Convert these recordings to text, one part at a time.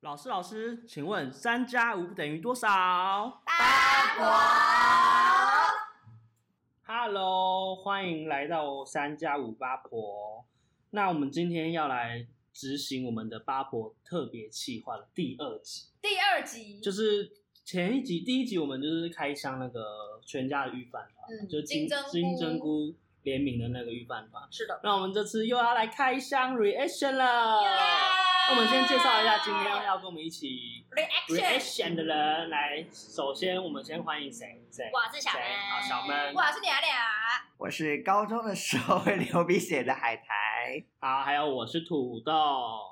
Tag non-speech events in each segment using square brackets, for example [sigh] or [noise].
老师，老师，请问三加五等于多少八婆， ？Hello，欢迎来到三加五八婆。那我们今天要来执行我们的八婆特别企划的第二集，第二集就是前一集第一集我们就是开箱那个全家的预饭团，嗯就金金针菇金针菇联名的那个预饭团。是的，那我们这次又要来开箱 reaction 了。那呃我们先介绍一下今天要跟我们一起 reaction， reaction 的人来，首先我们先欢迎谁？谁？我是小谁门，好小闷我是俩俩，我是高中的时候会流鼻血的海苔，好，还有我是土豆。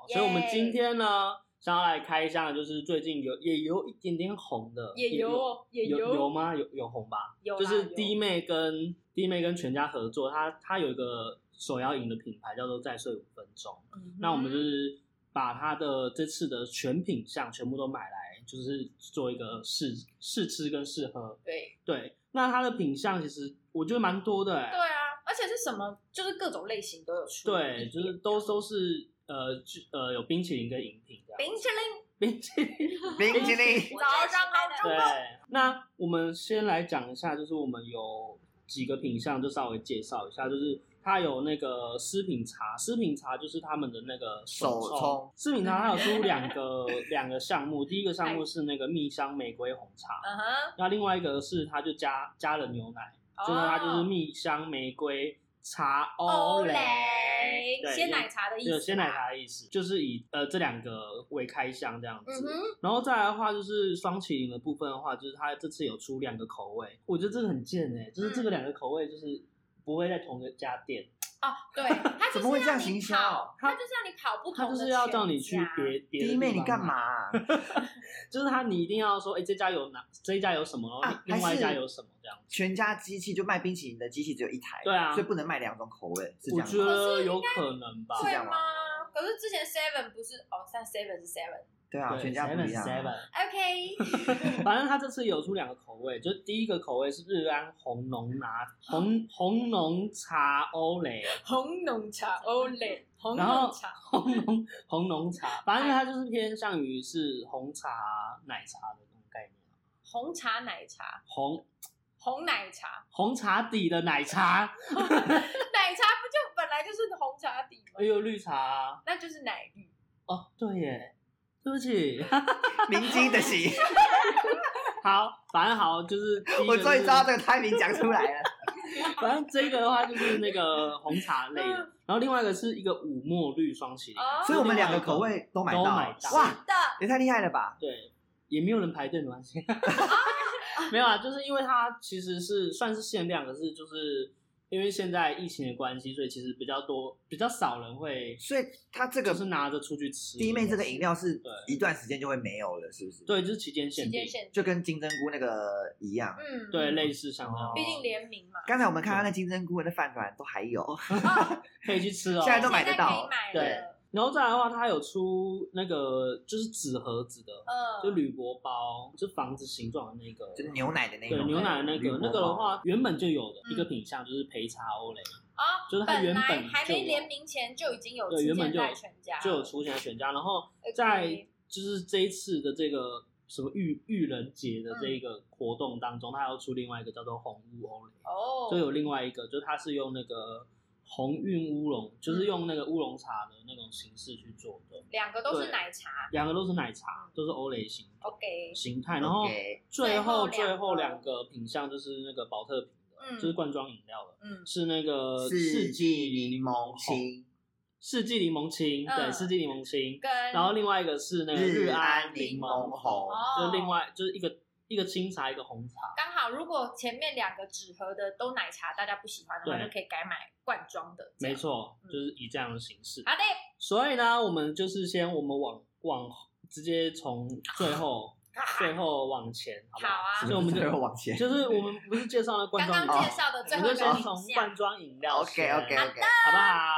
耶所以，我们今天呢，想要来开箱的就是最近有也有一点点红的，有也有有吗？有有红吧？哦有啦啊就是有弟妹跟弟妹跟全家合作，它它有一个手摇饮的品牌叫做再睡五分钟。嗯那我们就是把它的这次的全品项全部都买来，就是做一个试试吃跟试喝。嗯对对，那它的品相其实我觉得蛮多的、欸，对啊，而且是什么，就是各种类型都有出，对，就是都都是呃就呃有冰淇淋跟饮品这样，冰淇淋， [laughs] 冰淇淋。冰淇淋，早上好中对国，，那我们先来讲一下，就是我们有几个品相，就稍微介绍一下，就是它有那个丝品茶，丝品茶就是他们的那个手冲冲，丝品茶它有出两个两个项目，第一个项目是那个蜜香玫瑰红茶，嗯哼，那另外一个是它就加加了牛奶，就是它就是哦蜜香玫瑰茶欧欧蕾蕾，对哦鲜奶茶的意思，啊有鲜奶，茶的意思，就是以呃这两个为开箱这样嗯子。哼，然后再来的话，就是双麒麟的部分的话，就是它这次有出两个口味，我觉得这个很贱哎、就是这个两个嗯口味就是不会在同一家店，哦，对，它就是怎么会这让样你行销跑，它就是让你跑不它同就的是要叫你去全家别别的弟妹地你方干买？嘛、就是它你一定要说，哎、这家有哪，这一家有什么，然后啊另外一家还是有什么这样子。全家机器就卖冰淇淋的机器只有一台，对啊所以不能卖两种口味，是这我样觉吗？得有可能吧，是这对样吗吗？可是之前 Seven 不是哦，但 Seven 是 Seven，OK，、对啊，对全家不一样啊。 7-Eleven [laughs] 反正它这次有出两个口味，就是第一个口味是日安红浓拿 [laughs] 红红浓茶欧蕾， [laughs] 红浓茶欧蕾，红然后浓茶，红浓红浓茶，反正它就是偏向于是红茶奶茶的那种概念，啊红茶奶茶，红红奶茶，红茶底的奶茶，奶茶不就本来就是红茶底吗？也有哎绿茶啊、那就是奶绿。哦，对耶，对不起， [laughs] 明基的行，好，反正好就是第一个就我是终于知道这个胎名讲出来了。反正这个的话就是那个红茶类 [laughs] 的，然后另外一个是一个五墨绿双啊麒麟，哦所以我们两个口味都买到，都买到哇，的，也太厉害了吧！对，也没有人排队没关系。 [laughs] 没有啊，就是因为它其实是算是限量，可是就是因为现在疫情的关系，所以其实比较多、比较少人会所以它这就个是拿着出去吃。弟妹这个饮料是对一段时间就会没有了，是不是？，对，就是期间限时定间，限定，就跟金针菇那个一样。嗯，对，类似似，像哦这样，毕竟联名嘛，刚才我们看到那金针菇的饭团都还有，可以去吃哦。现在都买得现到在可以买了，然后再来的话，它有出那个就是纸盒子的，嗯，就铝箔包，就房子形状的那个，就是牛奶的那对种，牛奶的那铝个箔那个的包话，原本就有的嗯一个品相就是焙茶欧蕾，啊，就是它本原来本还就有没联名前就已经有对出原本现就有在全家，就有出现在全家，然后 OK 在就是这一次的这个什么愚愚人节的嗯这一个活动当中，它要出另外一个叫做红乌欧蕾，哦，就有另外一个，就它是用那个鸿运乌龙，嗯就是用那个乌龙茶的那种形式去做的，两个都是对奶茶两个都是奶茶，都是欧蕾形，OK，形态，然后 OK 最后最后两最个后两个品相就是那个保特瓶的，嗯就是罐装饮料的，嗯，是那个呃四季柠柠檬青，青，世纪柠檬青，嗯对，世纪柠檬青。跟然后另外一个是那个日安安柠柠檬檬红红，哦就是另外就是一个一个清茶一个红茶，刚好，如果前面两个纸盒的都奶茶，大家不喜欢的话，对就可以改买罐装的。这没样。错，嗯就是以这样的形式。好的，所以呢，我们就是先我们往往直接从最后最后往前，好不啊好啊所以我们 [laughs] 就最后往前。就是我们不是介绍了罐刚装饮哦料刚介，绍的最我后们就一个先品从项罐装饮料 OK 先 OK OK，好不好？好啊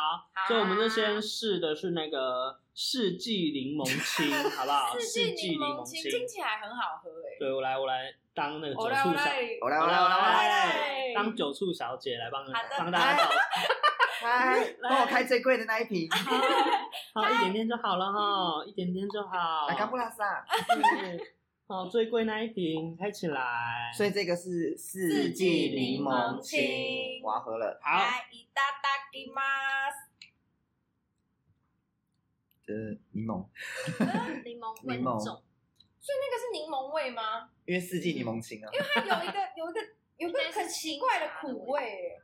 所以我们就先试的是那个世纪柠檬青，好不 [laughs] 好？四季啊柠柠檬青，青，听起来很好喝哎。对我来，我来当那个我酒来，醋我小来，我来我来我来我来，来当酒醋小姐来帮好的帮大家倒。嗨，帮我开最贵的那一瓶。好，一点点就好了哈，一点点就好。来干布拉萨，对好，最贵那一瓶开起来。嗯所以这个是四季柠檬青，我要喝了。好，来，いただきます。呃，柠檬， [laughs] 柠檬味柠很檬重，，所以那个是柠檬味吗？因为四季柠檬青啊，它有一个有一个有一个很奇怪的苦味耶，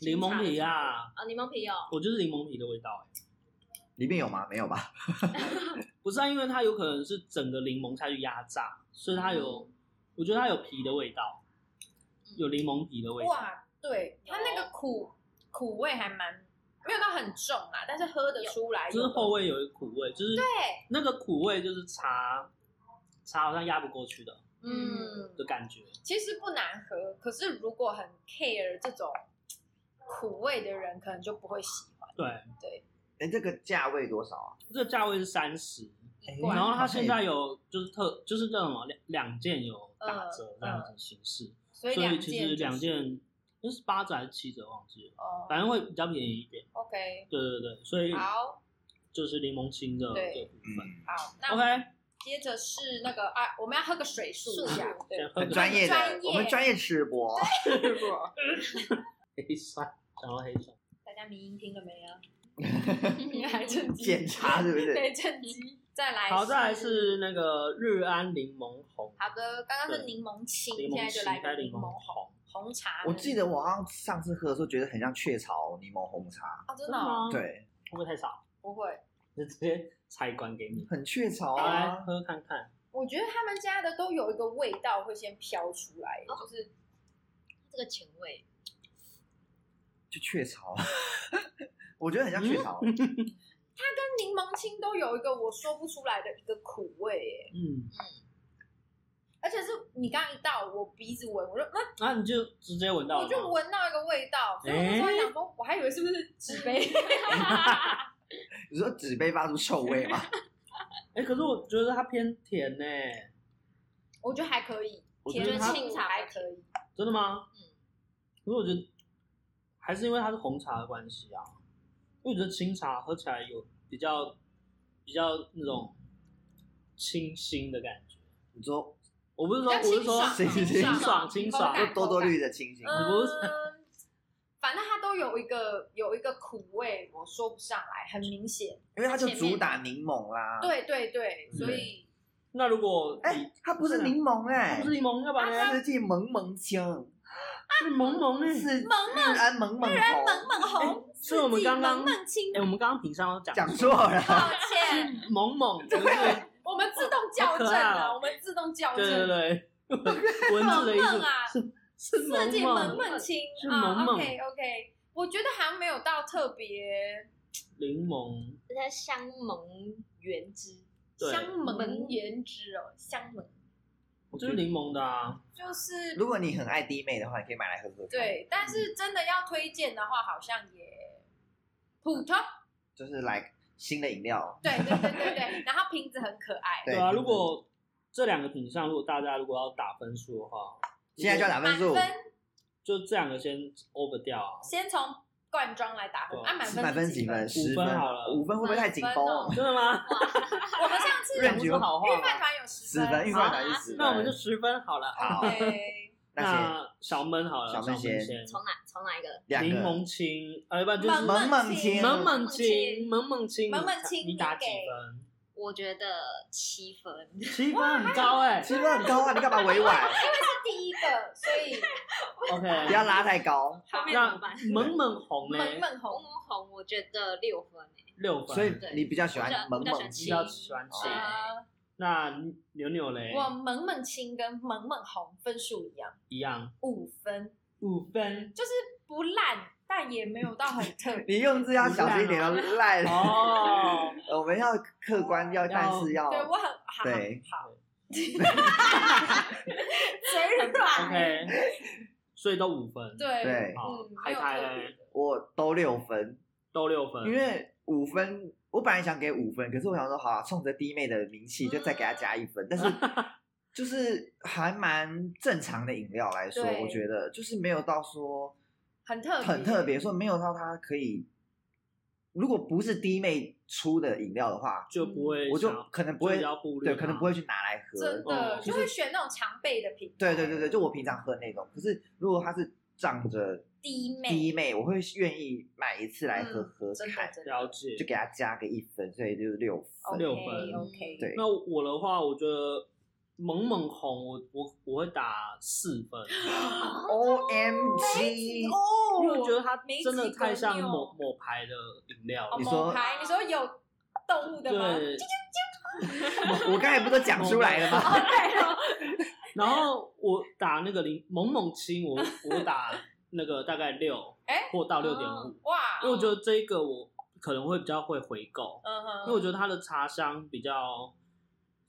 是柠清茶檬的皮茶啊，啊，柠檬皮 [laughs] 哦，我就是柠檬皮的味道、欸。里面有吗？没有吧？不是啊，因为它有可能是整个柠檬下去压榨，所以它嗯有，我觉得它有皮的味道，有柠檬皮的味道。欸哇，对，它那个苦苦味还蛮没有到很重啊，但是喝得出来有就的，是后味有一个苦味，就是对，那个苦味就是茶，茶好像压不过去的嗯，的感觉。其实不难喝，可是如果很 care 这种苦味的人，可能就不会喜欢。对，哎，这个价位多少啊？这个价位是三十，哎哇然后它现在有就是特就是那什么两两件有打折嗯这样子的形式，所以所以两其件、就实是、两件那是八折还是七折忘记了，哦反正会比较便宜一点。 ，OK，对对对，所以好就是柠檬青的对这部分。嗯，好，那我们 OK，接着是那个啊，我们要喝个水数一下，对先，喝很个专业的专，业我们专业吃播。黑酸，然后黑酸。大家迷音听了没啊？你还趁机 [laughs] 检查是不是对，趁机再来。好，再来是那个日安柠檬红，好的，刚刚是对柠檬青，柠现在檬就青来加个柠柠檬檬红，红茶。我记得我好像上次喝的时候，觉得很像雀巢柠檬红茶，哦，真真的的哦吗？，对，会不会太少？不会，就直接拆关给你，很雀巢好来啊。喝看看。我觉得他们家的都有一个味道会先飘出来，就是这个前味，就雀巢， [laughs] 我觉得很像雀巢。嗯跟柠檬青都有一个我说不出来的一个苦味耶，嗯，而且是你刚刚一到我鼻子闻，我就嗯，那你就直接闻到我了就吗？闻到一个味道，所以我那时候还想说，我还以为是不是纸杯， [laughs] [laughs] 你说纸杯发出臭味吗？ [laughs] 哎，可是我觉得它偏甜呢，我觉得还可以，我觉得甜度它还可以，真的吗？嗯，可是我觉得还是因为它是红茶的关系啊，因为我觉得清茶喝起来有比较比较那种清新的感觉。你 [laughs] 说我不是说，比我较是说清爽清清爽爽清口爽，感多多绿的清新，你不是嗯，反正它都有一个有一个苦味，我说不上来，很明显。因为它就主打柠檬啦。，对对对，嗯所以那如果哎，它不是柠檬哎不，是柠檬，要啊不啊它然呢是季萌萌青，是萌萌呢？是啊日安萌萌红，猛哎红，所以我们刚刚四季萌萌青哎，我们刚刚平常都讲讲错 [laughs] 了。抱歉，萌 [laughs] 萌，对不对？我们自动校正好可爱了，哦我们自动校正。对对对， [laughs] 文字的意萌萌啊思是是四季萌萌萌青是萌啊萌，OK OK，我觉得好像没有到特别柠檬，这叫香檬原汁，对香萌颜值哦，香萌我就是柠檬的啊，就是 [laughs] 如果你很爱弟妹的话，你可以买来喝喝。，对，但是真的要推荐的话，好像也普 [laughs] 通。就是来新的饮料。对对对对对，然后瓶子很可爱，对啊。对如果这两个品相，如果大家如果要打分数的话，现在就要打分满数，分就这两个先 over 掉啊，先从罐装来打分，对啊，满分满哦分是几分？分？十五分好了五分会不会太紧绷？满哦真的吗？我们上次讲不预认出好话饭吗？团有十十分，分，预算等于十分。那我们就十分好了。好 [laughs] 对，那些那小闷好了，小小闷闷先从哪从哪一个？两柠个檬青，呃，不然就是萌萌青，青萌萌青，萌萌青，萌萌青你打你几给分？我觉得七分，七分很高哎七分很高啊，你干嘛 [laughs] 委婉？因为是第一个，所 [laughs] 以哎，OK，不要拉太高。 [laughs] 后面怎那么办？ [laughs] 萌萌红呢？萌萌红红。红红，我觉得六分诶，六分，所以对你比较喜欢萌我萌比比青较较喜欢哦吃。呃，那牛牛嘞，我萌萌青跟萌萌红分数一样，一样五分，五分。就是不烂，但也没有到很特别。你用字要小心一点哦，烂。哦， [laughs] [laughs] 我们要客观，要但是要对我很好，对好，嘴软， OK，所以都五分，，对对好嗯，，海没有苔特别嘞我都六分，都六分，因为五分我本来想给五分，可是我想说好、啊，冲着弟妹的名气就再给她加一分，但 [laughs] 是就是还蛮正常的饮料来说，对我觉得就是没有到说很特别很特别，说没有到它可以如果不是弟妹出的饮料的话，就不会想要，我就可能不会就要顾虑对，它可能不会去拿来喝。真的、哦就会选那种常备的品牌。嗯对对对对，就我平常喝那种。可是如果它是仗着低妹，弟妹，我会愿意买一次来喝嗯喝真看的，真的了解就。给它加个一分，所以就是六分。六 OK 分 OK，对那我的话，我觉得猛猛红，我我我会打四分， O M G！哦因为我觉得它没真的几个太像钮某某牌的饮料哦了。你说某牌，你说有动物的吗？ [laughs] 对， [laughs] 我我刚才不都讲出来了吗？ [laughs] [laughs] 哦，对哦，，然后我打那个零猛猛青，我我打那个大概六哎或到六点五，哇，哦因为我觉得这一个我可能会比较会回购，嗯哼，因为我觉得它的茶香比较，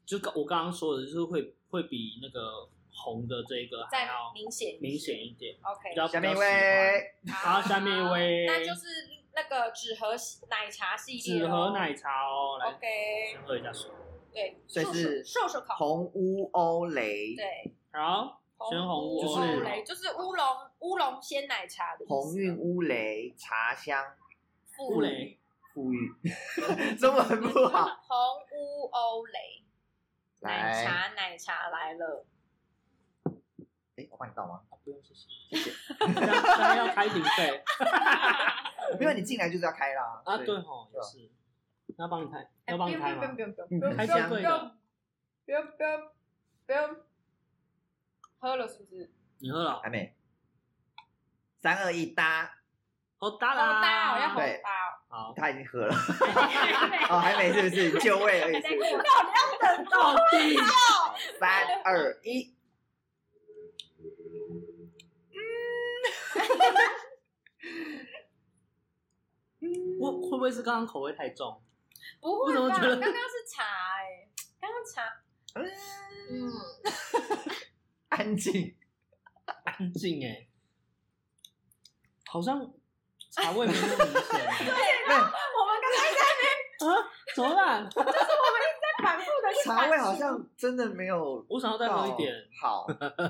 就刚我刚刚说的，就是会会比那个红的这个还再要明显明显一点， ，OK，比较下面一比较喜位，欢然后下面一位，那就是那个纸盒奶茶系列纸咯，盒奶茶哦，来，OK，先喝一下水。对，所以瘦是瘦瘦烤，红乌欧蕾，对，好，全红乌乌就是龙蕾就是乌龙乌龙鲜奶茶的意思鸿运乌蕾茶香布雷，富裕， [laughs] 中文不 [laughs] 好。 [laughs] 红乌欧蕾奶来茶奶茶来了，哎，我帮你倒吗？不用谢谢，谢谢。大家大家要开瓶费 [laughs] 因为你进来就是要开啦。啊？对吼，也是。那帮你开，要帮你开哎不吗？用不用不嗯用不用开不用箱不用不用不用不用，喝了是不是？你喝了还没。三二一，搭，哦，好大红大啦，哦，要红对大哦。好，他已经喝了。 [laughs] 哦，还没是不是？就位而已是不是？到底好三二一，我会不会是刚刚口味太重？不我会怎么吧？觉得刚刚是茶哎、刚刚茶嗯嗯，安 [laughs] 静。安静哎，好像茶味没那么明显欸那我们刚才啊？怎么办？在反复的茶味好，像真的没 [laughs] 有我想要再 [laughs] 喝一点。好。而且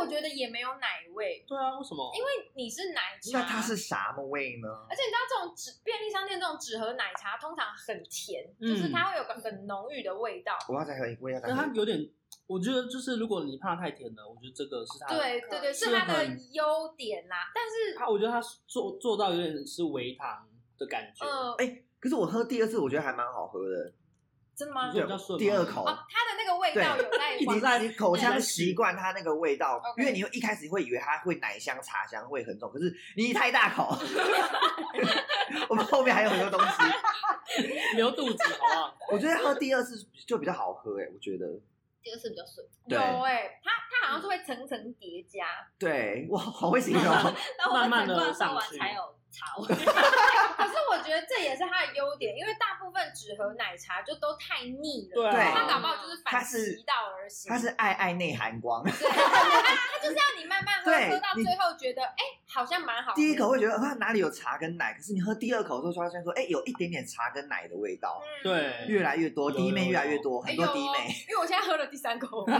我觉得也没有奶味，对啊，为什么？因为你是奶茶，那它是啥么味呢？而且你知道这种纸便利商店这种纸盒奶茶通常很甜，嗯就是它会有个很浓郁的味道。我要再喝一，我要再但喝它一。有点，我觉得就是如果你怕太甜了，我觉得这个是它的对对对，是是它的很优点啦。但是，它我觉得它做做到有点是微糖的感觉，呃，哎，可是我喝第二次，我觉得还蛮好喝的。真的吗？对比较顺吗第二口。哦，它的那个味道有在已往经在你口往腔在习惯它那个味道， OK 因为你会一开始会以为它会奶香、茶香味很重，可是你一太大口， [laughs] 我们后面还有很多东西。留肚子好不 [laughs] 好？我觉得喝第二次就比较好喝、哎，我觉得第二次比较顺，对有哎，它它好像是会层层叠加，对，哇，好会 [laughs] 形容，哦然后我慢慢们地整罐上喝完去才有茶 [laughs] [laughs] 味。可是我觉得这也是它的优点，因为大部分纸盒奶茶就都太腻了，对啊它搞不好就是反其道而行，它是爱爱内含光，对， [laughs] 它就是要你慢慢喝， [laughs] 对喝到你最后觉得哎、好像蛮好喝。第一口会觉得哇哪里有茶跟奶，可是你喝第二口之后就发现说，哎、有一点点茶跟奶的味道，嗯对越来越多，有弟妹有越来越有多，哎很多有弟哦妹，因为我现在喝了第三 [laughs] 口，还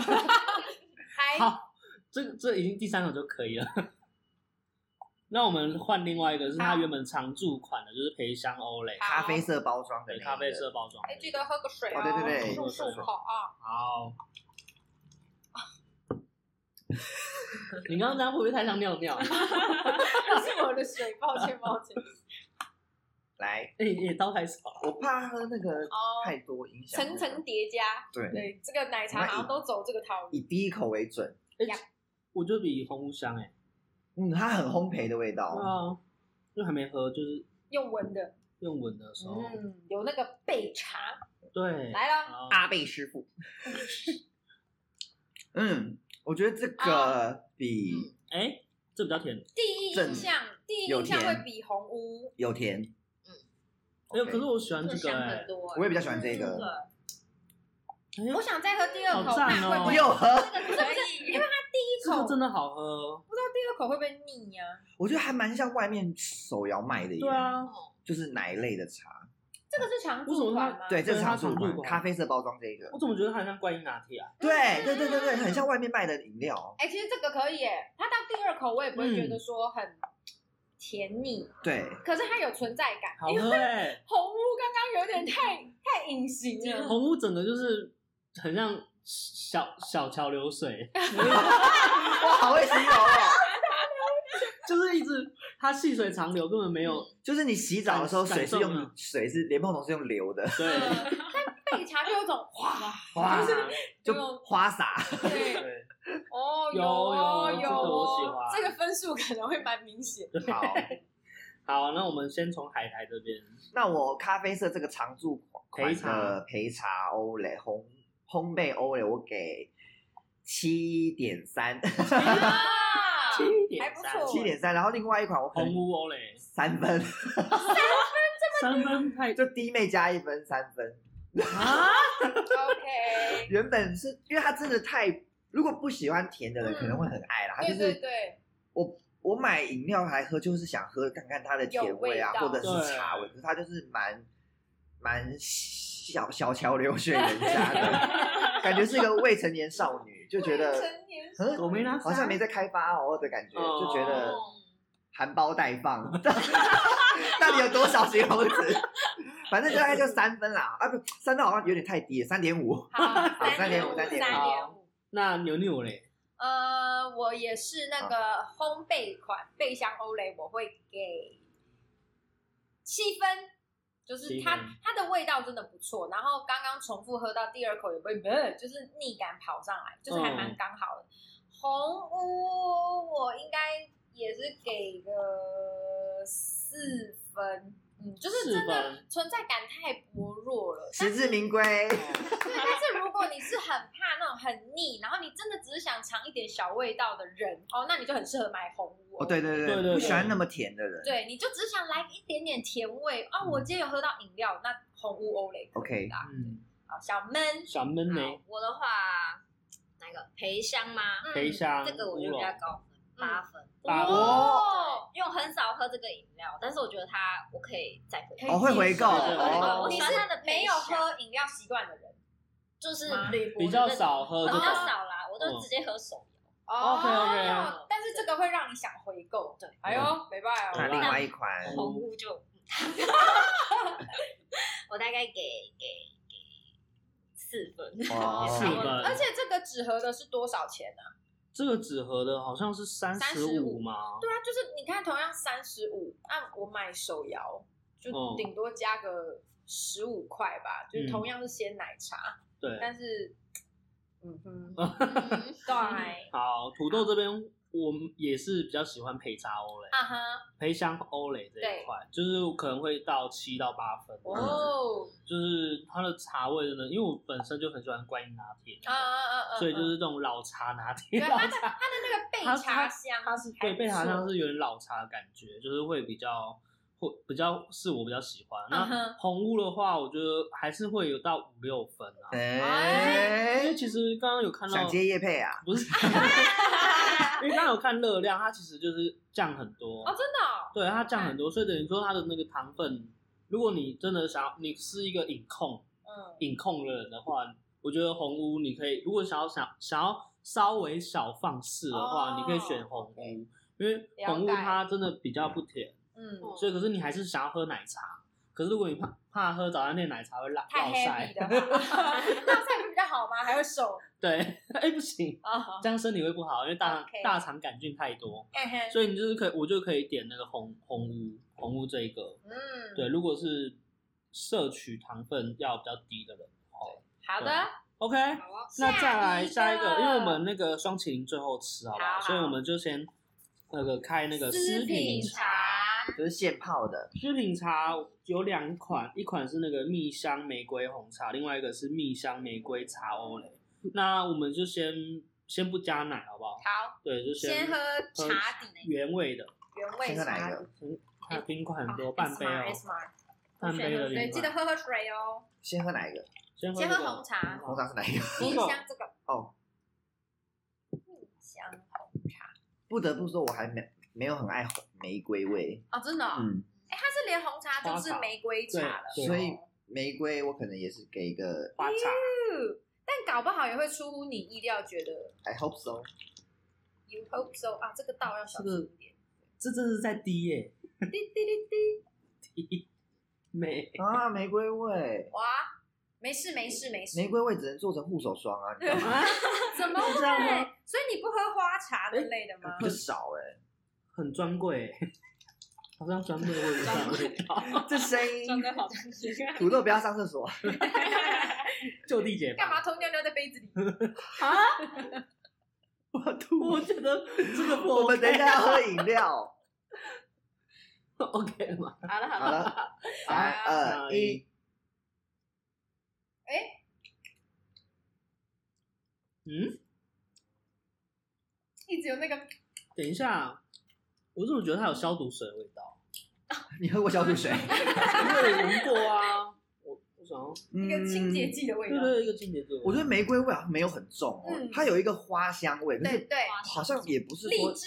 好，这这已经第三口就可以了。 [laughs] 那我们换另外一个，是它好原本常驻款的，就是培香欧蕾，好咖啡色包装的对，那咖啡个色包装。哎、记得喝个水哦，哦对对对漱漱口啊。 [laughs] 好。 [laughs] 你刚刚那样会不会太像尿尿？那是我的水，抱歉抱歉。来，哎、你也倒太少了。我怕喝那个哦，太多影响，层层叠加，对。对，这个奶茶好像都走这个套路。以第一口为准。哎我就比红乌香哎、欸，嗯，它很烘焙的味对道，啊，就还没喝，就是用闻的，用闻的时候，哦嗯，有那个焙茶对，来了。好阿贝师傅。嗯，我觉得这个啊比哎、这比较甜，第一印象，第一印象会比红屋有甜。哎、呦， OK 可是我喜欢就这个香哎、很多欸。我也比较喜欢这真个。的哎呦我想再喝第二口，好赞看哦会不不会用喝，这个可以，第因为一这个口，真的好喝，不知道第二口会不会腻啊呀？我觉得还蛮像外面手摇卖的耶，对啊，就是奶类的茶。这个是常为什驻么它款吗？对，这是啊对它常驻常款驻款咖啡色包装这个。我怎么觉得它很像观音拿铁啊？对对对对对，很像外面卖的饮料。嗯哎，其实这个可以耶，它到第二口我也不会觉得说很甜腻， [laughs] 对，可是它有存在感，好因喝为哎、红屋刚刚有点太太隐形了，红屋整个就是很像小小桥流水，哇，好会形容哦。就是一直它细水长流，根本没有就是你洗澡的时候，感水是感受啊用呢水是莲蓬头是用流的，对 [laughs] 呃贝茶就有一种哇，哇，就用花洒。对，对， [laughs] 哦，有哦有有这个我喜哦欢这个分数可能会蛮 [laughs] 明显。好，好，那我们先从海苔这边，那我咖啡色这个常驻款焙茶的焙茶欧蕾哦烘烘焙欧蕾，我给七点三，哦啊七点还不错七点三。然后另外一款我可红能屋欧蕾，三分，三分太就弟妹加一分三分。啊， [laughs] OK，原本是因为它真的太，如果不喜欢甜的人嗯可能会很爱啦，它就对对是对，我我买饮料来喝，就是想喝看看它的甜啊，有味道或者是茶味，可是它就是蛮蛮小小桥流水人家 [laughs] 的感觉，是一个未成年少女就觉未得，成年嗯，我没拿 [laughs] 好像没在开发哦的感觉，哦就觉得哦含苞待放。 [laughs] 到底有多少形容词？ [laughs] 反正大概就三分啦，啊不，三分好像有点太低了，三点五。好三点五三三点五点五。那牛牛嘞，呃，我也是那个烘焙款贝香欧蕾，我会给七分，就是七它分它的味道真的不错。然后刚刚重复喝到第二口也不会，呃就是腻感跑上来，就是还蛮嗯刚好的。红屋我应该也是给个四分，嗯，就是真四的分存在感太薄弱了，但实是至名归。对，但是如果你是很怕那种很腻，然后你真的只是想尝一点小味道的人，哦，那你就很适合买红屋、 [laughs] 哦，对对对对不对喜欢那么甜的人。对你就只想来一点点甜味哦。我今天有喝到饮料，那红屋欧蕾可以嗯 OK 啦嗯，好，小闷，小闷梅好，我的话，哪一个培香吗？嗯培香，嗯这个我觉得比较高分，八分。八分哦，因为我很少喝这个饮料，但是我觉得它我可以再喝。哦会回购对对对哦，我你喜是欢它的没培香有喝饮料习惯的人就是吗铝箔的比较少喝那这种种，比较少啦，我都直接喝手摇。 OK，OK 嗯哦但是这个会让你想回购，对，哎呦，没办法那好哦，啦另外一款嗯红屋就， [laughs] 我大概给给给四分，哦四差不多分，而且这个纸盒的是多少钱呢、这个纸盒的好像是三十35吗？对啊，就是你看，同样三十五，按我买手摇就嗯顶顶多加个十五块吧，就就是是同同样是鲜奶茶，嗯对，但是，嗯哼，嗯对，好，土豆这边我们也是比较喜欢焙茶欧蕾、啊哈，焙香欧蕾这一块，就是可能会到七到八分，嗯哦，就是它的茶味呢，因为我本身就很喜欢观音拿铁，啊啊啊啊，所以就啊是这种老茶拿铁，对啊老它的它茶的那个贝它茶它香还它不错，是对贝茶香是有点老茶的感觉，就是会比较。会比较是我比较喜欢。嗯那哼红屋的话，我觉得还是会有到五六分啊。因为哎，其实刚刚有看到，想接叶配啊？不 [laughs] 是，因为刚刚有看热量，它其实就是降很多，哦，真的哦，对，它降很多，所以等于说它的那个糖分，如果你真的想要，你是一个饮控嗯，饮控的人的话，我觉得红屋你可以，如果想要想想要稍微小放肆的话，哦你可以选红屋，因为红屋了解它真的比较不甜，嗯，所以可是你还是想要喝奶茶，可是如果你怕怕喝早餐店奶茶会辣太落晒 heavy 的 [laughs] 话，那菜不比较好吗？还有手对， [laughs] 哎、不行，啊，这样身体会不好，因为大 OK 大肠杆菌太多。嘿嘿所以你就是可以，我就可以点那个红红屋红屋这一个。嗯，对，，如果是摄取糖分要比较低的人的话好的，哦，OK。好啊，那再来下下一一个个，因为我们那个双麒麟最后吃，好不好好？好所以我们就先那个开那个私品品茶。就是现泡的，私品茶有两款，一款是那个蜜香玫瑰红茶，另外一个是蜜香玫瑰茶欧蕾。那我们就先先不加奶，好不好？好，对，就先喝茶底原味的，原味先喝茶哪一底个？还有冰块很多，啊半杯哦， S 码半杯的对，冰记块得。喝喝水哦。先喝哪一个？先喝先这喝个红茶，红茶是哪一个？ [laughs] 红蜜酒香这个哦，蜜香红茶不得不说，我还没没有很爱红玫瑰味，哦，真的哦，嗯，哎，它是连红茶就花是茶玫瑰对茶了，对所以玫瑰我可能也是给一个花茶。嗯但搞不好也会出乎你意料，觉得 I hope so。 you hope so 啊，这个倒要小这个心一点。这真的是在滴耶、滴滴滴滴，滴美啊，玫瑰味，哇，没事没事没事， [laughs] 玫瑰味只能做成护手霜啊，你干嘛怎么是这样会吗？所以你不喝花茶之类的 [laughs] 吗？不少哎、很专柜、欸好像专柜味不上味道，这声音，真的好担心。土豆不要上厕所，就地解干嘛乏。偷尿尿在杯子里？啊我吐我。觉得这个不我们等一下要喝饮 [laughs] 料。 [laughs] OK 吗？好了好好了，了，三啊二一，嗯，一直有那个等一下，我怎么觉得它有消毒水的味道？你喝过消 [laughs] 毒水？我有闻过啊，我我想要，那那个清洁。剂的味对道。对，一个清洁剂，嗯我觉得玫瑰味好像没有很重哦，嗯它有一个花香味，可对是对，好像也不是荔说枝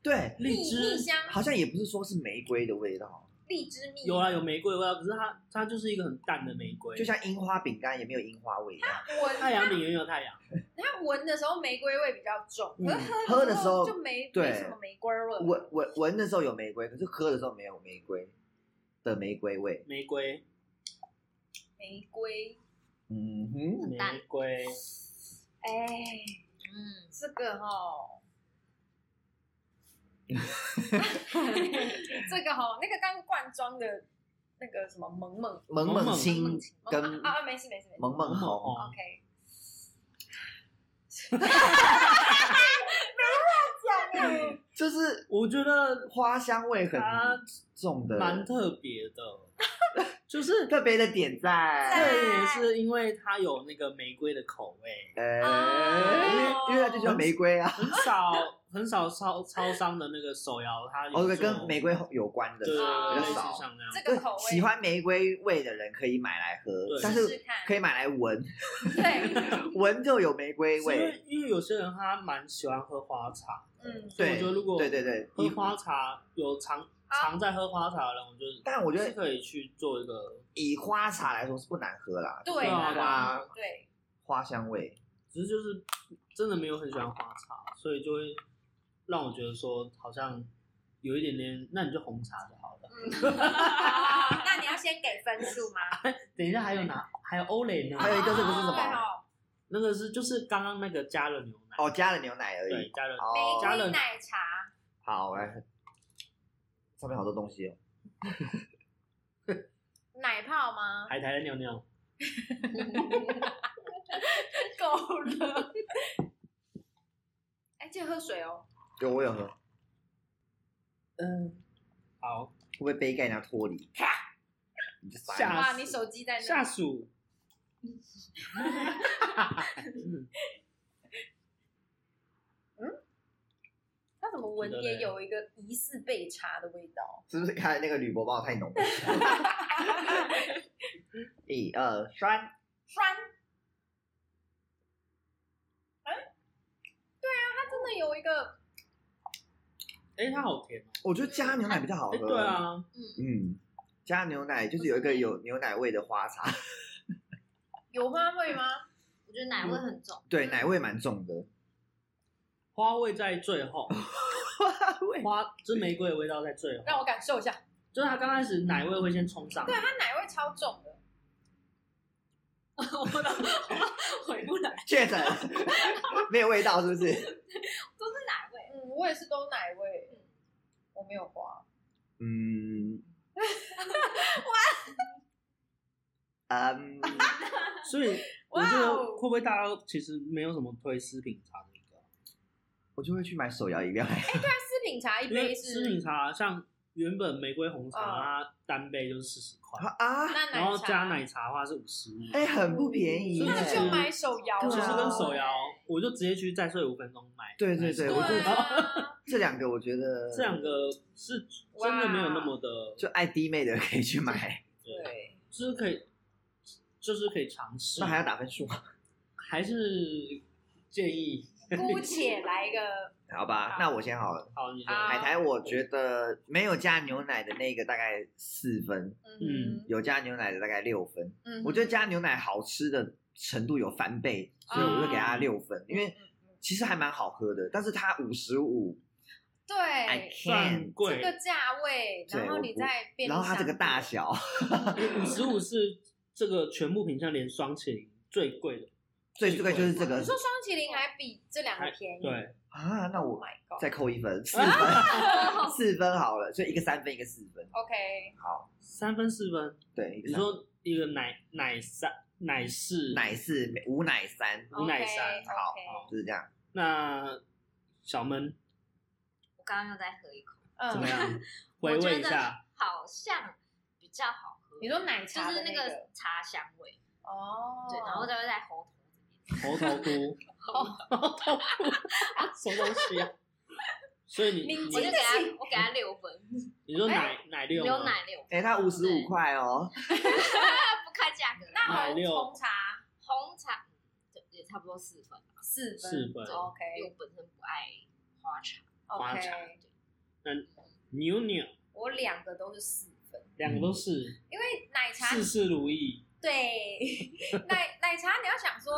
对，荔蜜枝蜜香好像也不是说是玫瑰的味道，荔枝蜜有啊，有玫瑰味道，可是它它就是一个很淡的玫瑰，就像樱花饼干也没有樱花味一样。闻太阳饼也有太阳，它闻的时候玫瑰味比较重，嗯可是喝喝的的时候就没对没什么玫瑰味。闻闻闻的时候有玫瑰，可是喝的时候没有玫瑰的玫瑰味。玫瑰，玫瑰，嗯哼，很淡玫瑰，哎， [laughs] 嗯，这个哈，这个哈，那个刚罐装的那个什么萌萌萌萌青跟萌啊啊，没事没事没事萌萌红，哦， ，OK，就是我觉得花香味很它重的，蛮特别的，就是特别的点在。这也是因为它有那个玫瑰的口味，呃，哦因为因为它就叫玫瑰啊，很少很少超超商的那个手摇，它有哦，对，做跟玫瑰有关的，对对对哦类比似较少。像那样，这个口味喜欢玫瑰味的人可以买来喝，对但试试是看可以买来闻， [laughs] 对，闻就有玫瑰是因味。为因为有些人他蛮喜欢喝花茶，嗯，所以我对，觉得如果对对对，喝一花茶有常啊常在喝花茶的人，我觉得但我觉得是可以去做一个，以花茶来说是不难喝啦，对啊花 [laughs] 啦，对，花香味。只是就是真的没有很喜欢花茶，所以就会让我觉得说好像有一点点，那你就红茶就好了。嗯，那你要先给分数吗？等一下还有哪还有欧蕾呢？还有一个这个是什么对哦那个是就是刚刚那个加了牛奶，哦，加了牛奶而对，已。加了哦，加玫了瑰奶茶，好，我来，上面好多东西哦。奶泡 [laughs] 吗？海苔的尿尿，够了。哎，记得喝水哦。有我有喝，会嗯，好，不会杯盖然后脱离？你就傻吓眼死哇，你手机在下那？属，嗯它怎么闻也有一个疑似被茶的味道。是不是看那个铝箔包太浓了？一二三，酸。哎，对啊，它真的有一个，哎，它好甜哦，我觉得加牛奶比较好哎，喝。对，啊，嗯，加牛奶就是有一个有牛奶味的花茶，有花味吗？我觉得奶味很重，对，奶味蛮重 [laughs] 的。花味在最 [laughs] 后，花味花就是玫瑰的味道在最后，让我感受一下，就是它刚开始奶味会先冲上来，它奶味超重的。 [laughs] 我都回不来，确诊 [laughs] 没有味道是不是？都是奶味。嗯，我也是都奶味，嗯我没有花。嗯，嗯，所以我哇哦觉得会不会大家其实没有什么推食品茶的一个，我就会去买手摇饮料来喝。但是品茶一因为杯食品是，茶像原本玫瑰红茶啊它单杯就是四十块，啊，那然后奶加茶，奶茶的话是五十五，哎、很不便宜耶。所以那其实就买手摇啊。其实跟手手摇，我就直接去再睡五分钟买。对对对买手对摇我就啊，这两个我觉得这两个是真的没有那么的，就爱弟妹的可以去买，对，对，就是可以，就是可以尝试。那还要打分数，啊还是建议姑且来一个好吧？好那我先好了。 [laughs] 好，你说好啊海苔，我觉得没有加牛奶的那个大概四分，嗯有加牛奶的大概六分。嗯我觉得加牛奶好吃的程度有翻倍，所以我就给它六分，因为其实还蛮好喝的，但是它五十五 I 对，算 can。这贵，个价位，对然后我你不再变，然后它这个大，小， [laughs] 五十五是这个全部品相连双麒麟最贵的，最最贵就是这个你说双麒麟还比这两个便宜，对，啊。那，Oh 我 my god，再扣一分，四分，四分好了，所以一个三分，一个四分。 OK，三分四分。对，一个你三分说一个奶奶三奶是奶是五奶三，哦 o 五 k 奶山 o 好 k 就是这样。那小闷嗯我刚刚又再喝一口，怎么嗯， [laughs] 样？回我味觉一得下，好像比较好喝。 [laughs] 你说奶就茶是的那那个茶香味，哦，对，然后再会在喉头这边。猴头菇，[laughs] 哦猴头菇，什么东西啊？所以你明我就你给他，我给他六分，你说奶奶六牛吗？奶六分。哎，它五十五对，块哦，不开价格。那奶那六红红茶红茶嗯也差不多四分吧，四分四分因为，OK 我本身不爱花茶。花 OK，茶牛牛我两个都是四分，两个都嗯是，因为奶茶事事如意。对奶 [laughs] 奶茶，你要想说，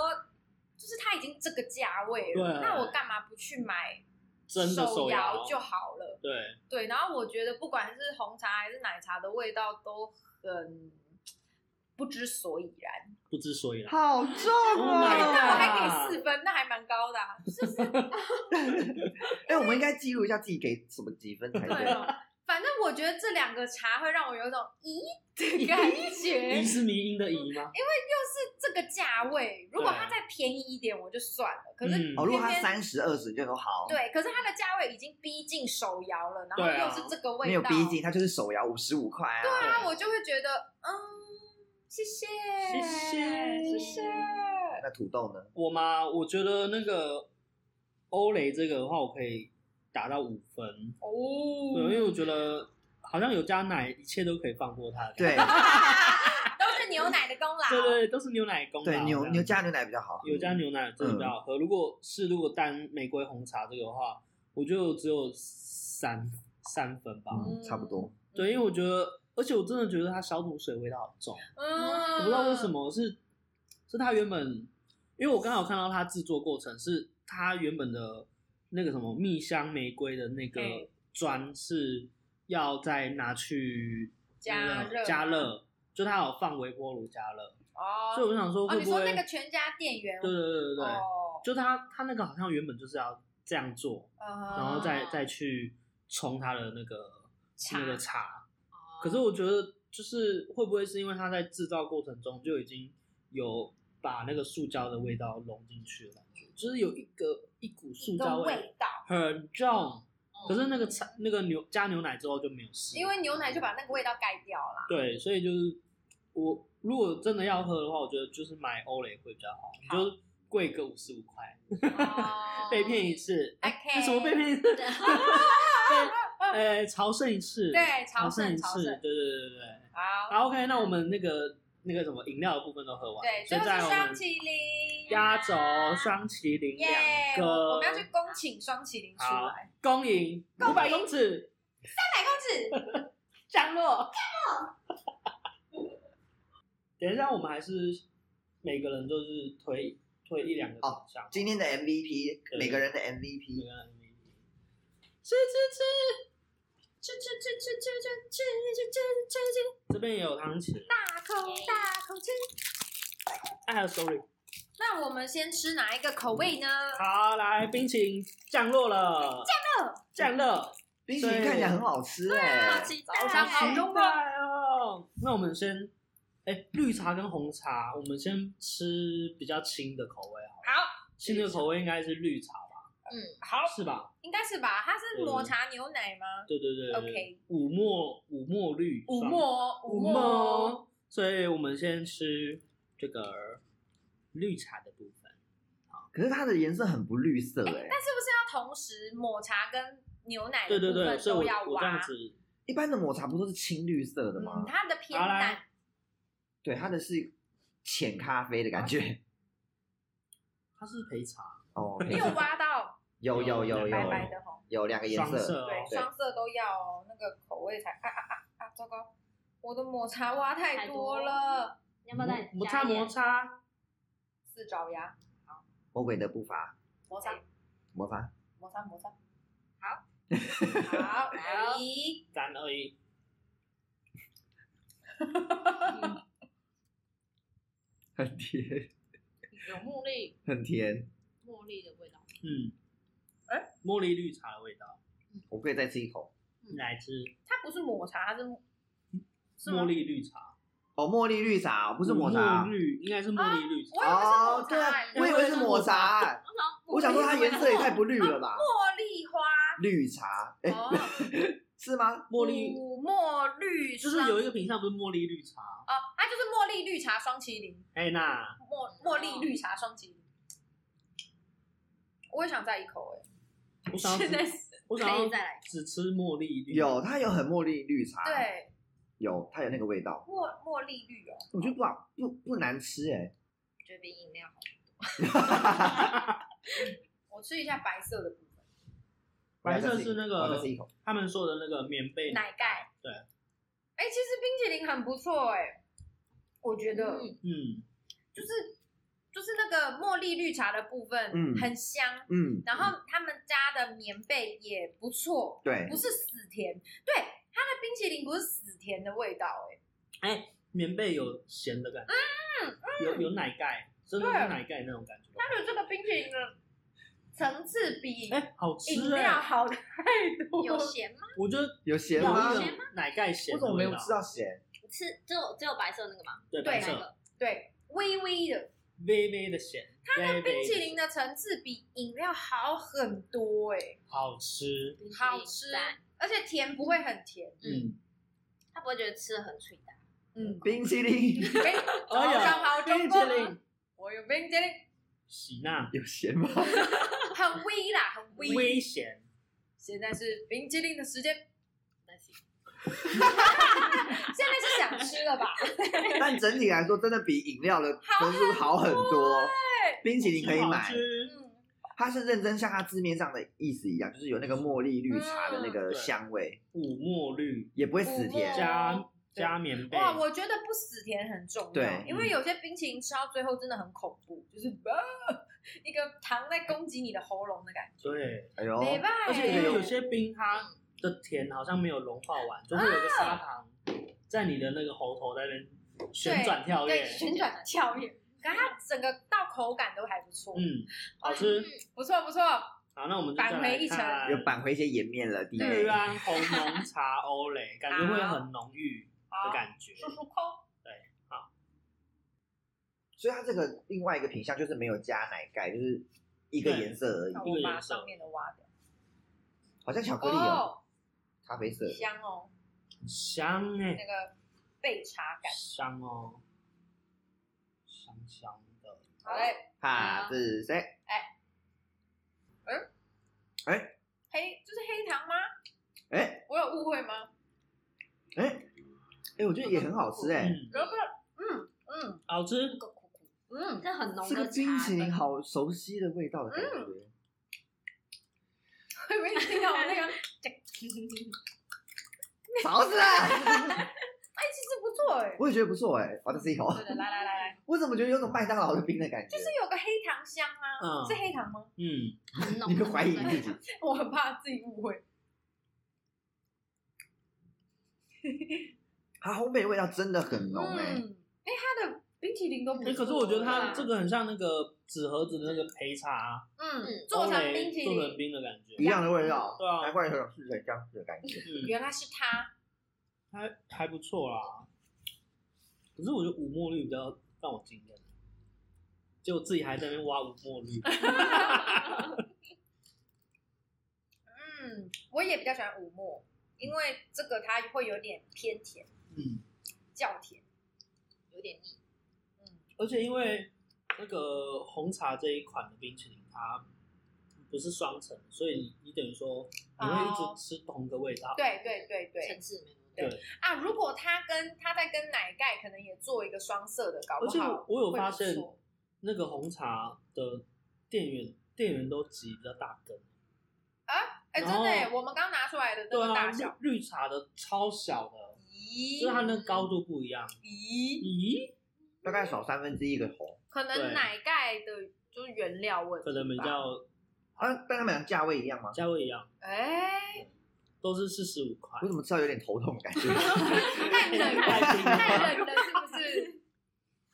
就是它已经这个价位对了，那我干嘛不去买真的手摇摇就好了？对，对，然后我觉得不管是红茶还是奶茶的味道都很不知所以然。不知所以然。好重 Oh my 那我哦！ god 还给四分，那还蛮高的、啊。哎，我们应该记录一下自己给什么几分才对对。哦，反正我觉得这两个茶会让我有一种咦的感觉，疑就是迷因的疑 [laughs] 吗？这个价位，如果对啊它再便宜一点我就算了，可是嗯哦，如果它偏偏三十二十，就说好，对，可是它的价位已经逼近手摇了，然后对啊又是这个味道，没有逼近，它就是手摇五十五块啊。对啊，对我就会觉得嗯，谢谢，谢谢谢谢，那土豆呢？我吗？我觉得那个欧蕾这个的话，我可以打到五分。哦，对，因为我觉得好像有加奶，一切都可以放过它。对都是牛奶的功劳，对对，都是牛奶工啦。对，这牛样牛加牛嗯奶比较好喝。有加牛奶真的比较好喝。如果是如果单玫瑰红茶这个的话，我就只有三三分吧。嗯，差不多。对，因为我觉得，而且我真的觉得它消毒水味道很重，嗯，我我不知道为什，么是是它原本，因为我刚好看到它制作过程是它原本的那个什么蜜香玫瑰的那个嘿砖是要再拿去加那个热加吗热，就它有放微波炉加热，哦，所以我就想说哦，会你不说会那个全家店员，对对对对对，哦，就他他那个好像原本就是要这样做，然后再啊再去冲他的那个茶那个茶。哦可是我觉得就是会不会是因为他在制造过程中就已经有把那个塑胶的味道融进去了，感觉就是有一个一股塑一胶个味味道，嗯很重。可是那个茶茶那个牛加牛奶之后就没有事，因为牛奶就把那个味道盖掉了。对，所以就是我如果真的要喝的话，我觉得就是买欧蕾会比较好，你就是贵个五十五块， [laughs] 哦被骗一次，哎 OK 什么被骗一 [laughs] 次？被呃，朝圣一次，对朝圣圣一次朝，圣对对对对对。好，好，OK，那我们那个那个什么饮料的部分都喝完，对，最现后在是我双们麒麟，啊压轴双麒麟耶两！个，我们要去恭请双麒麟出好来，恭迎五百公尺，百公尺，降落。等一下，我们还是每个人都是推推一两个哦奖项，今天的 MVP，对每个人的每 MVP，个人每个人吃吃吃，吃吃吃吃吃吃吃吃吃吃吃，这边也有汤匙。大口大口吃。哎，还有 sorry。那我们先吃哪一个口味呢？好，来，冰淇淋降落了，降落，降落，冰淇淋看起来很好吃啊哎好。哦期待早上好中吧。哦。那我们先，哎，绿茶跟红茶，我们先吃比较轻的口味好了。好，轻的口味应该是绿茶吧？嗯，好，是吧？应该是吧？它是抹茶牛奶吗？对对对对 OK 五墨五墨绿，五墨，五墨哦，墨，所以我们先吃这个绿茶的部分。可是它的颜色很不绿色哎，哎但，是不是要同时抹茶跟牛奶对对的部对，分所以都要我我这样挖？子，一般的抹茶不都是青绿色的吗嗯，？它的偏好来淡，对，它的是浅咖啡的感觉。它是焙茶，哦，你有挖到有有有白有白的哦吼，有两个颜双色，哦对，对双色都要哦，那个口味才啊啊啊啊！糟糕，我的抹茶挖太多了，你要不要再摩加擦一 [laughs] 点摩？擦。自找牙，哎魔鬼的步伐，摩擦魔法摩擦摩擦。 [laughs] 好，哎好来一三二一，嗯很甜，有茉莉很甜。茉莉的味道。嗯，哎茉莉绿茶的味道，我可以再吃一口。你来吃它不是抹茶，它是是吗茉莉绿茶，哦，茉莉绿茶不是抹茶啊茉。莉应该是茉莉绿茶，啊我以为是抹哦，茶对啊，因我为以为是抹 [laughs] 茶。啊我想说它颜色也太不绿了吧？茉莉花，绿茶，哎，哦，是吗？茉莉古茉绿就霜，是有一个品相不是茉莉绿茶，哦，它就是茉莉绿茶双麒麟，哎那茉茉莉绿茶双麒麟。我也想再一口我哎、想要现在只是我想可以要再来只吃茉莉绿，有，它有很茉莉绿茶，，欸对有它有那个味道，茉茉莉绿哦，我觉得不好不不难吃哎。觉得比饮料好。我吃一下白色的部分，白色是那我要个再吃一口，他们说的那个棉被奶盖。对，哎、其实冰淇淋很不错哎、我觉得、嗯嗯，就是就是那个茉莉绿茶的部分，嗯很香。嗯，然后他们家的棉被也不错，对不，是死甜，对它的冰淇淋不是死甜的味道、哎，哎，棉被有咸的感嗯觉，有有奶盖，真的是对奶盖那种感觉，它的这个冰淇淋的层次比哎，好饮吃料哎，好太多，有咸吗？我觉得有咸有吗？那我种奶盖咸怎的么没味有道，吃到咸？ [laughs] 吃只有只有白色那个吗？对对白那色个对微微的微微的咸，它的冰淇淋的层次比饮料好很多、哎，好吃，冰淇淋好吃蛋，而且甜不会很甜，嗯。嗯他不会觉得吃的很脆的。嗯，冰淇淋 [laughs] 哎，哎呀刚好中冰淇 [laughs] 淋，我有冰淇淋，喜娜有咸吗？很微啦，很微。危险，现在是冰淇淋的 [laughs] 时间，那是现在是想吃了吧？但整体来说，真的比饮料的分数好很多。冰淇淋可以好买，吃嗯，它是认真像它字面上的意思一样，就是有那个茉莉绿茶的那个香味，五墨绿也不会死对甜。加加棉被，哇，我觉得不死甜很重要，对因嗯为有些冰淇淋吃到最后真的很恐怖，就是、啊、一个糖在攻击你的喉咙的感觉。对，哎呦，没办哦法，而欸且因这为个有些冰它的甜好像没有融化完，就会有个啊砂糖在你的那个喉头在那边旋转跳跃对，旋转跳跃，可它整个到口感都还不错，嗯，好吃。不错不错。好，那我们就再扳回来一城看有扳回一些颜面了，弟妹玉。安红浓茶欧蕾，感觉会很浓郁的好，感觉。舒舒空，所以它这个另外一个品相就是没有加奶盖，就是一个对颜色而已那，一我个把颜色上面的挖掉。好像巧克啊力哦，哦，咖啡色。香哦，很香哎、那个焙茶感。香哦，香香的。好嘞，哈，这是哎谁？黑就是黑糖吗？哎我有误会吗？哎哎，我觉得也很好吃哎。嗯，不是，嗯嗯好吃。这个苦苦，嗯， [laughs] 这很浓这的个茶冰淇淋啊 [laughs] 的好熟悉的味道的感觉，会不会听到我那个？勺子啊！ [laughs] 哎，其实不错哎。我也觉得不错哎，我再吃一哦口。对的，来来来来，我怎么觉得有种麦当劳的冰的感觉？就是有个黑糖香啊，嗯是黑糖吗？ [laughs] 嗯， [laughs] 很浓。你会怀疑自己。我很怕自己误会。它烘焙的味道真的很浓哎、嗯，哎，它的冰淇淋都不哎、错欸欸可是我觉得啦它这个很像那个纸盒子的那个焙茶，嗯嗯做成欧蕾冰淇做成淋，冰的感觉。一样的味道，对啊难怪有种似曾相识的感觉。嗯，原来是它。还还不错啦。可是我觉得五墨绿比较让我惊艳，结果自己还在那边挖五墨 [laughs] 绿。嗯，我也比较喜欢五墨，因为这个它会有点偏甜，嗯，较甜。有点腻。嗯，而且因为那个红茶这一款的冰淇淋，它不是双层，所以你你等于说你会哦一直吃同一个味道。对对对对层次没有那么对多。啊！如果它跟它在跟奶盖可能也做一个双色的，搞而且不好我我有会发不现错那个红茶的店员店员都挤比较大根。哎，真然后的耶，我们刚拿出来的对那啊，个大小，绿绿茶的超小的，咦，就是它那个高度不一样。咦，咦，大概少三分之一个红，可能对奶盖的就是原料问题吧，可能比较啊，但他们俩价位一样吗？价位一样，哎、都是四十五块我。怎么知道有点头痛的 [laughs] 感觉？太冷了，太冷了，是不是？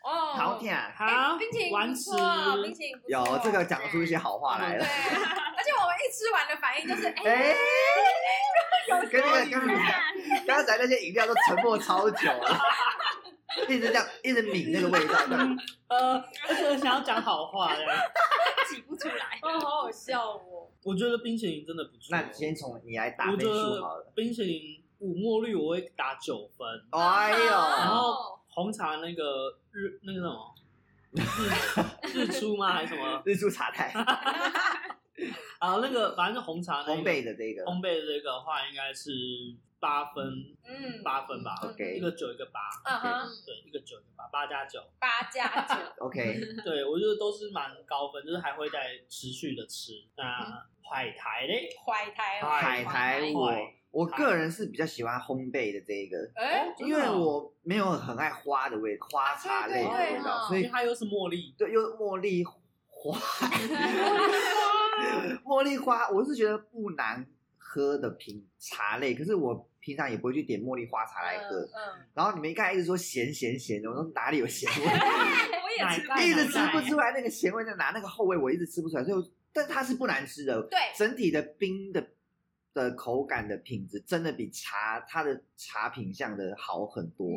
哦，好甜，哎好，冰淇淋完不吃错，冰淇淋不错。有这个讲出一些好话来对，了，而且我们一吃完的反应就是，哎、哎，跟那个刚才刚 [laughs] 才那些饮料都沉默超久 [laughs] 了，一直这样一直抿那个味道这样，呃，而且想要讲好话的，挤不出来。哦，好好笑哦。我觉得冰淇淋真的不错。那你先从你来打我分觉数好了得。冰淇淋五墨绿我会打九分，哎然呦，后红茶那个日那个什么日日出吗还是什 [laughs] 么？日出茶太啊，那个反正是红茶那个烘焙的这个，烘焙的这个话应该是八分嗯，八分吧， OK 一个九一个八，嗯哼，对，一个九一个八，八加九，八加九， OK，对我觉得都是蛮高分，就是还会再持续的吃。嗯那海苔嘞，怀胎哦，海苔海我我个人是比较喜欢烘焙的这一个，哎，真因的为哦我没有很爱花的味，花茶类的味道，啊所因以为它又是茉莉，对，又茉莉花， [laughs] 茉莉花，我是觉得不难喝的品茶类，可是我平常也不会去点茉莉花茶来喝。嗯，然后你们一开始一直说咸咸咸的，我说哪里有咸味， [laughs] 我也奶吃盖一奶直吃盖不出来那个咸味在哪，那个后味我一直吃不出来，所以我但它是不难吃的，对，整体的冰的的口感的品质真的比茶它的茶品相的好很多。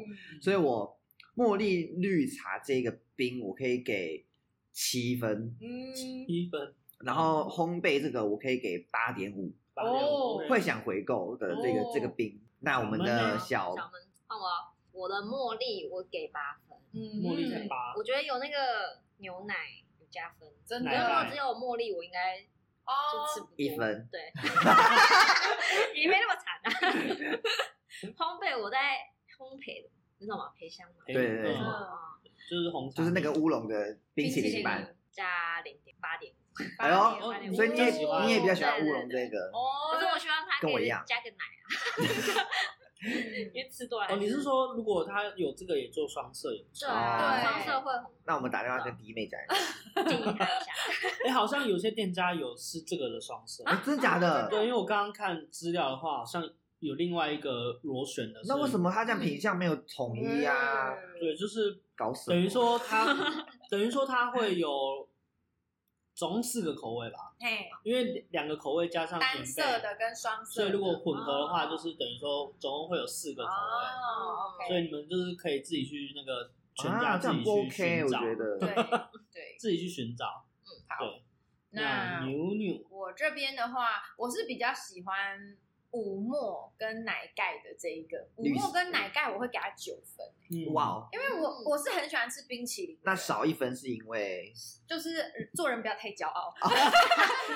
所以我茉莉绿茶这个冰我可以给七分，嗯，一分然哦后烘焙这个我可以给八点五，八点五哦，OK 会想回购的这个、哦这个冰。那我们的嗯小小门换我哦，我的茉莉我给八分，嗯，茉莉才八，我觉得有那个牛奶有加分。真奶因为如果盖的只有茉莉，我应该就吃哦，不过一。分，对，也没那么惨啊。烘焙我在烘焙的，你知道吗？培香吗？对对对对嗯就是红茶，就是那个乌龙的冰淇冰淇淋淋版。加零点八点五，哎呦八点五所以你也我喜欢你也比较喜对欢对乌龙这个，哦，可是我希望它可跟我一以样加个奶啊，因为吃多了还哦，是。你是说如果它有这个也做双色 [laughs] 也不错？对啊，哦双色会 [laughs] 红，那我们打啊电话跟弟妹讲一下，建议他一下。哎，好像有些店家有是这个的双色，哎真的假的？ [laughs] 对，因为我刚刚看资料的话，好像有另外一个螺旋的。那为什么？么它这样品相没有统一啊？对，就是搞什么？啊等于说它， [laughs] 等于说它会有总共四个口味吧，嘿，因为两个口味加上单色甜贝，的跟双色所的，以如果混合的话，哦就是等于说总共会有四个口味，哦，OK，所以你们就是可以自己去那个全家啊，这自己样不去 OK，寻我找，觉得。对 [laughs] 对，自己去寻找。对，嗯那牛牛我这边的话，我是比较喜欢五墨跟奶盖的这一个，五绿墨色跟奶盖我会给它九分，嗯哇哦，因为我我是很喜欢吃冰淇淋的人，那少一分是因为就是呃做人不要太骄傲，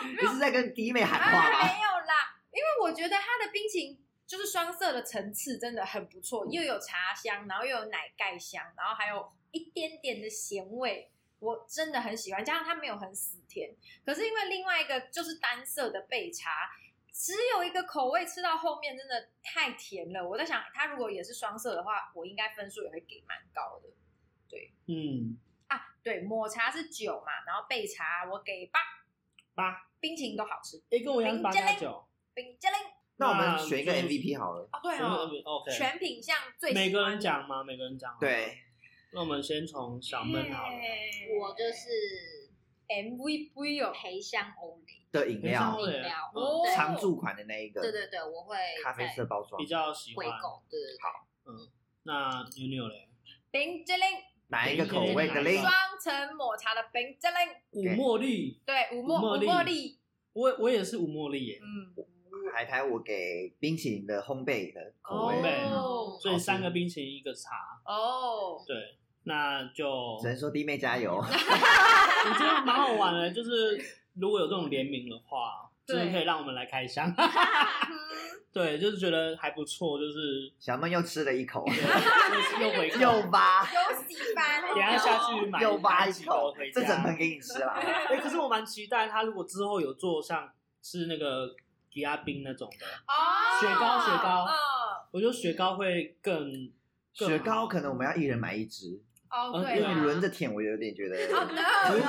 你是在跟弟妹喊话啊，吗？没有啦，因为我觉得它的冰淇淋就是双色的层次真的很不错，又有茶香，然后又有奶盖香，然后还有一点点的咸味，我真的很喜欢。加上它没有很死甜，可是因为另外一个就是单色的焙茶。只有一个口味吃到后面真的太甜了，我在想，它如果也是双色的话，我应该分数也会给蛮高的嗯啊。对，抹茶是九嘛，然后焙茶我给八，八，冰淇淋都好吃，哎，跟我一样是八加九，冰淇淋那我们选一个那 MVP 好了。哦，对选一个哦， MVP OK，全品项最喜欢每个人讲吗？每个人讲。，对，那我们先从小闷好了。我就是 MVP 哦，培香欧蕾的饮培香料欧蕾饮料，哦对常驻款的那一个，对对对，我会咖啡色包装比，较喜回欢。购，对对对。那牛牛嘞，冰激凌哪一个口味的冰嘞淇？淋双层抹茶的冰激凌，五对茉莉，对，五墨五墨五粒茉莉，我我也是五茉莉耶，嗯，海苔我给冰淇淋的烘焙的口味，哦哦所以三个冰淇淋一个茶，哦，对，那就只能说弟妹加哦油。我觉得蛮好玩的，就是如果有这种联名的话，就对是可以让我们来开箱， [laughs] 嗯对，就是觉得还不错，就是小妹又吃了一 [laughs] 口，对又回购，又挖有喜欢， [laughs] 等一下下去买又挖买一几个口回，这整家。盆给你吃 [laughs] 啦。 [laughs] 对，哎可是我蛮期待他如果之后有做像是那个吉亚冰那种的，哦，雪糕雪糕哦，我觉得雪糕会更更好雪糕可能我们要一人买一支，哦，呃对因啦为你轮着舔，我有点觉得。 [laughs] 哦 no 不 no，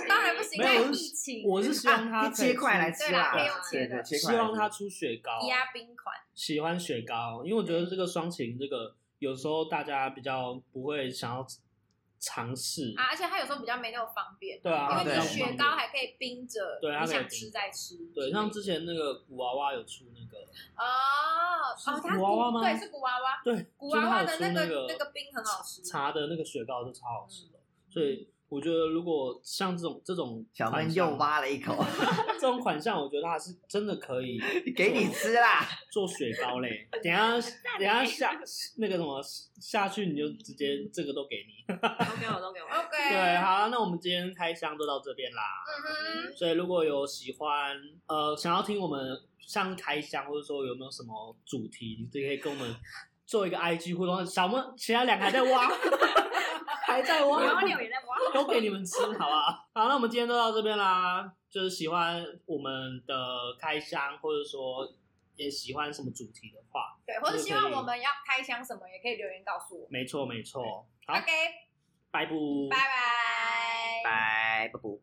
会当然不行，没有那我疫是情我是希望他啊可以切块出来对吃啦啦，可以用切对的对，切块希来望他吃出雪糕，压冰款，喜欢雪糕，因为我觉得这个双擎这个有时候大家比较不会想要尝试，啊，而且它有时候比较没那么方便，对啊因为你对雪糕还可以冰着，对它你可以想冰吃再吃，对，像之前那个古娃娃有出那个，哦哦，是它古娃娃古吗对，是古娃娃，对，古娃娃的就是它有出那那个个那个冰很好吃嗯茶的那个雪糕就超好吃的，所以我觉得如果像这种这种小款闷项又挖了一口， [laughs] [laughs] 这种款项，我觉得还是真的可以给你吃啦。 [laughs] 做雪糕嘞。等一 [laughs] 下那等你一下下那个什么下去，你就直接这个都给你。 [laughs] 都给我，都给 [laughs] 我。 ，OK，对，啊好，那我们今天开箱就到这边啦。嗯哼，所以如果有喜欢呃想要听我们像开箱，或者说有没有什么主题，你就可以跟我们做一个 IG 互动。小梦其他两个还在 [laughs] 挖，还在挖，然后你也在 [laughs] 挖，都给你们吃，好不好？好，那我们今天就到这边啦。就是喜欢我们的开箱，或者说也喜欢什么主题的话，对，或者就希可望以我们要开箱什么，也可以留言告诉我。没错没错。好， OK，拜拜。拜拜。拜，不不。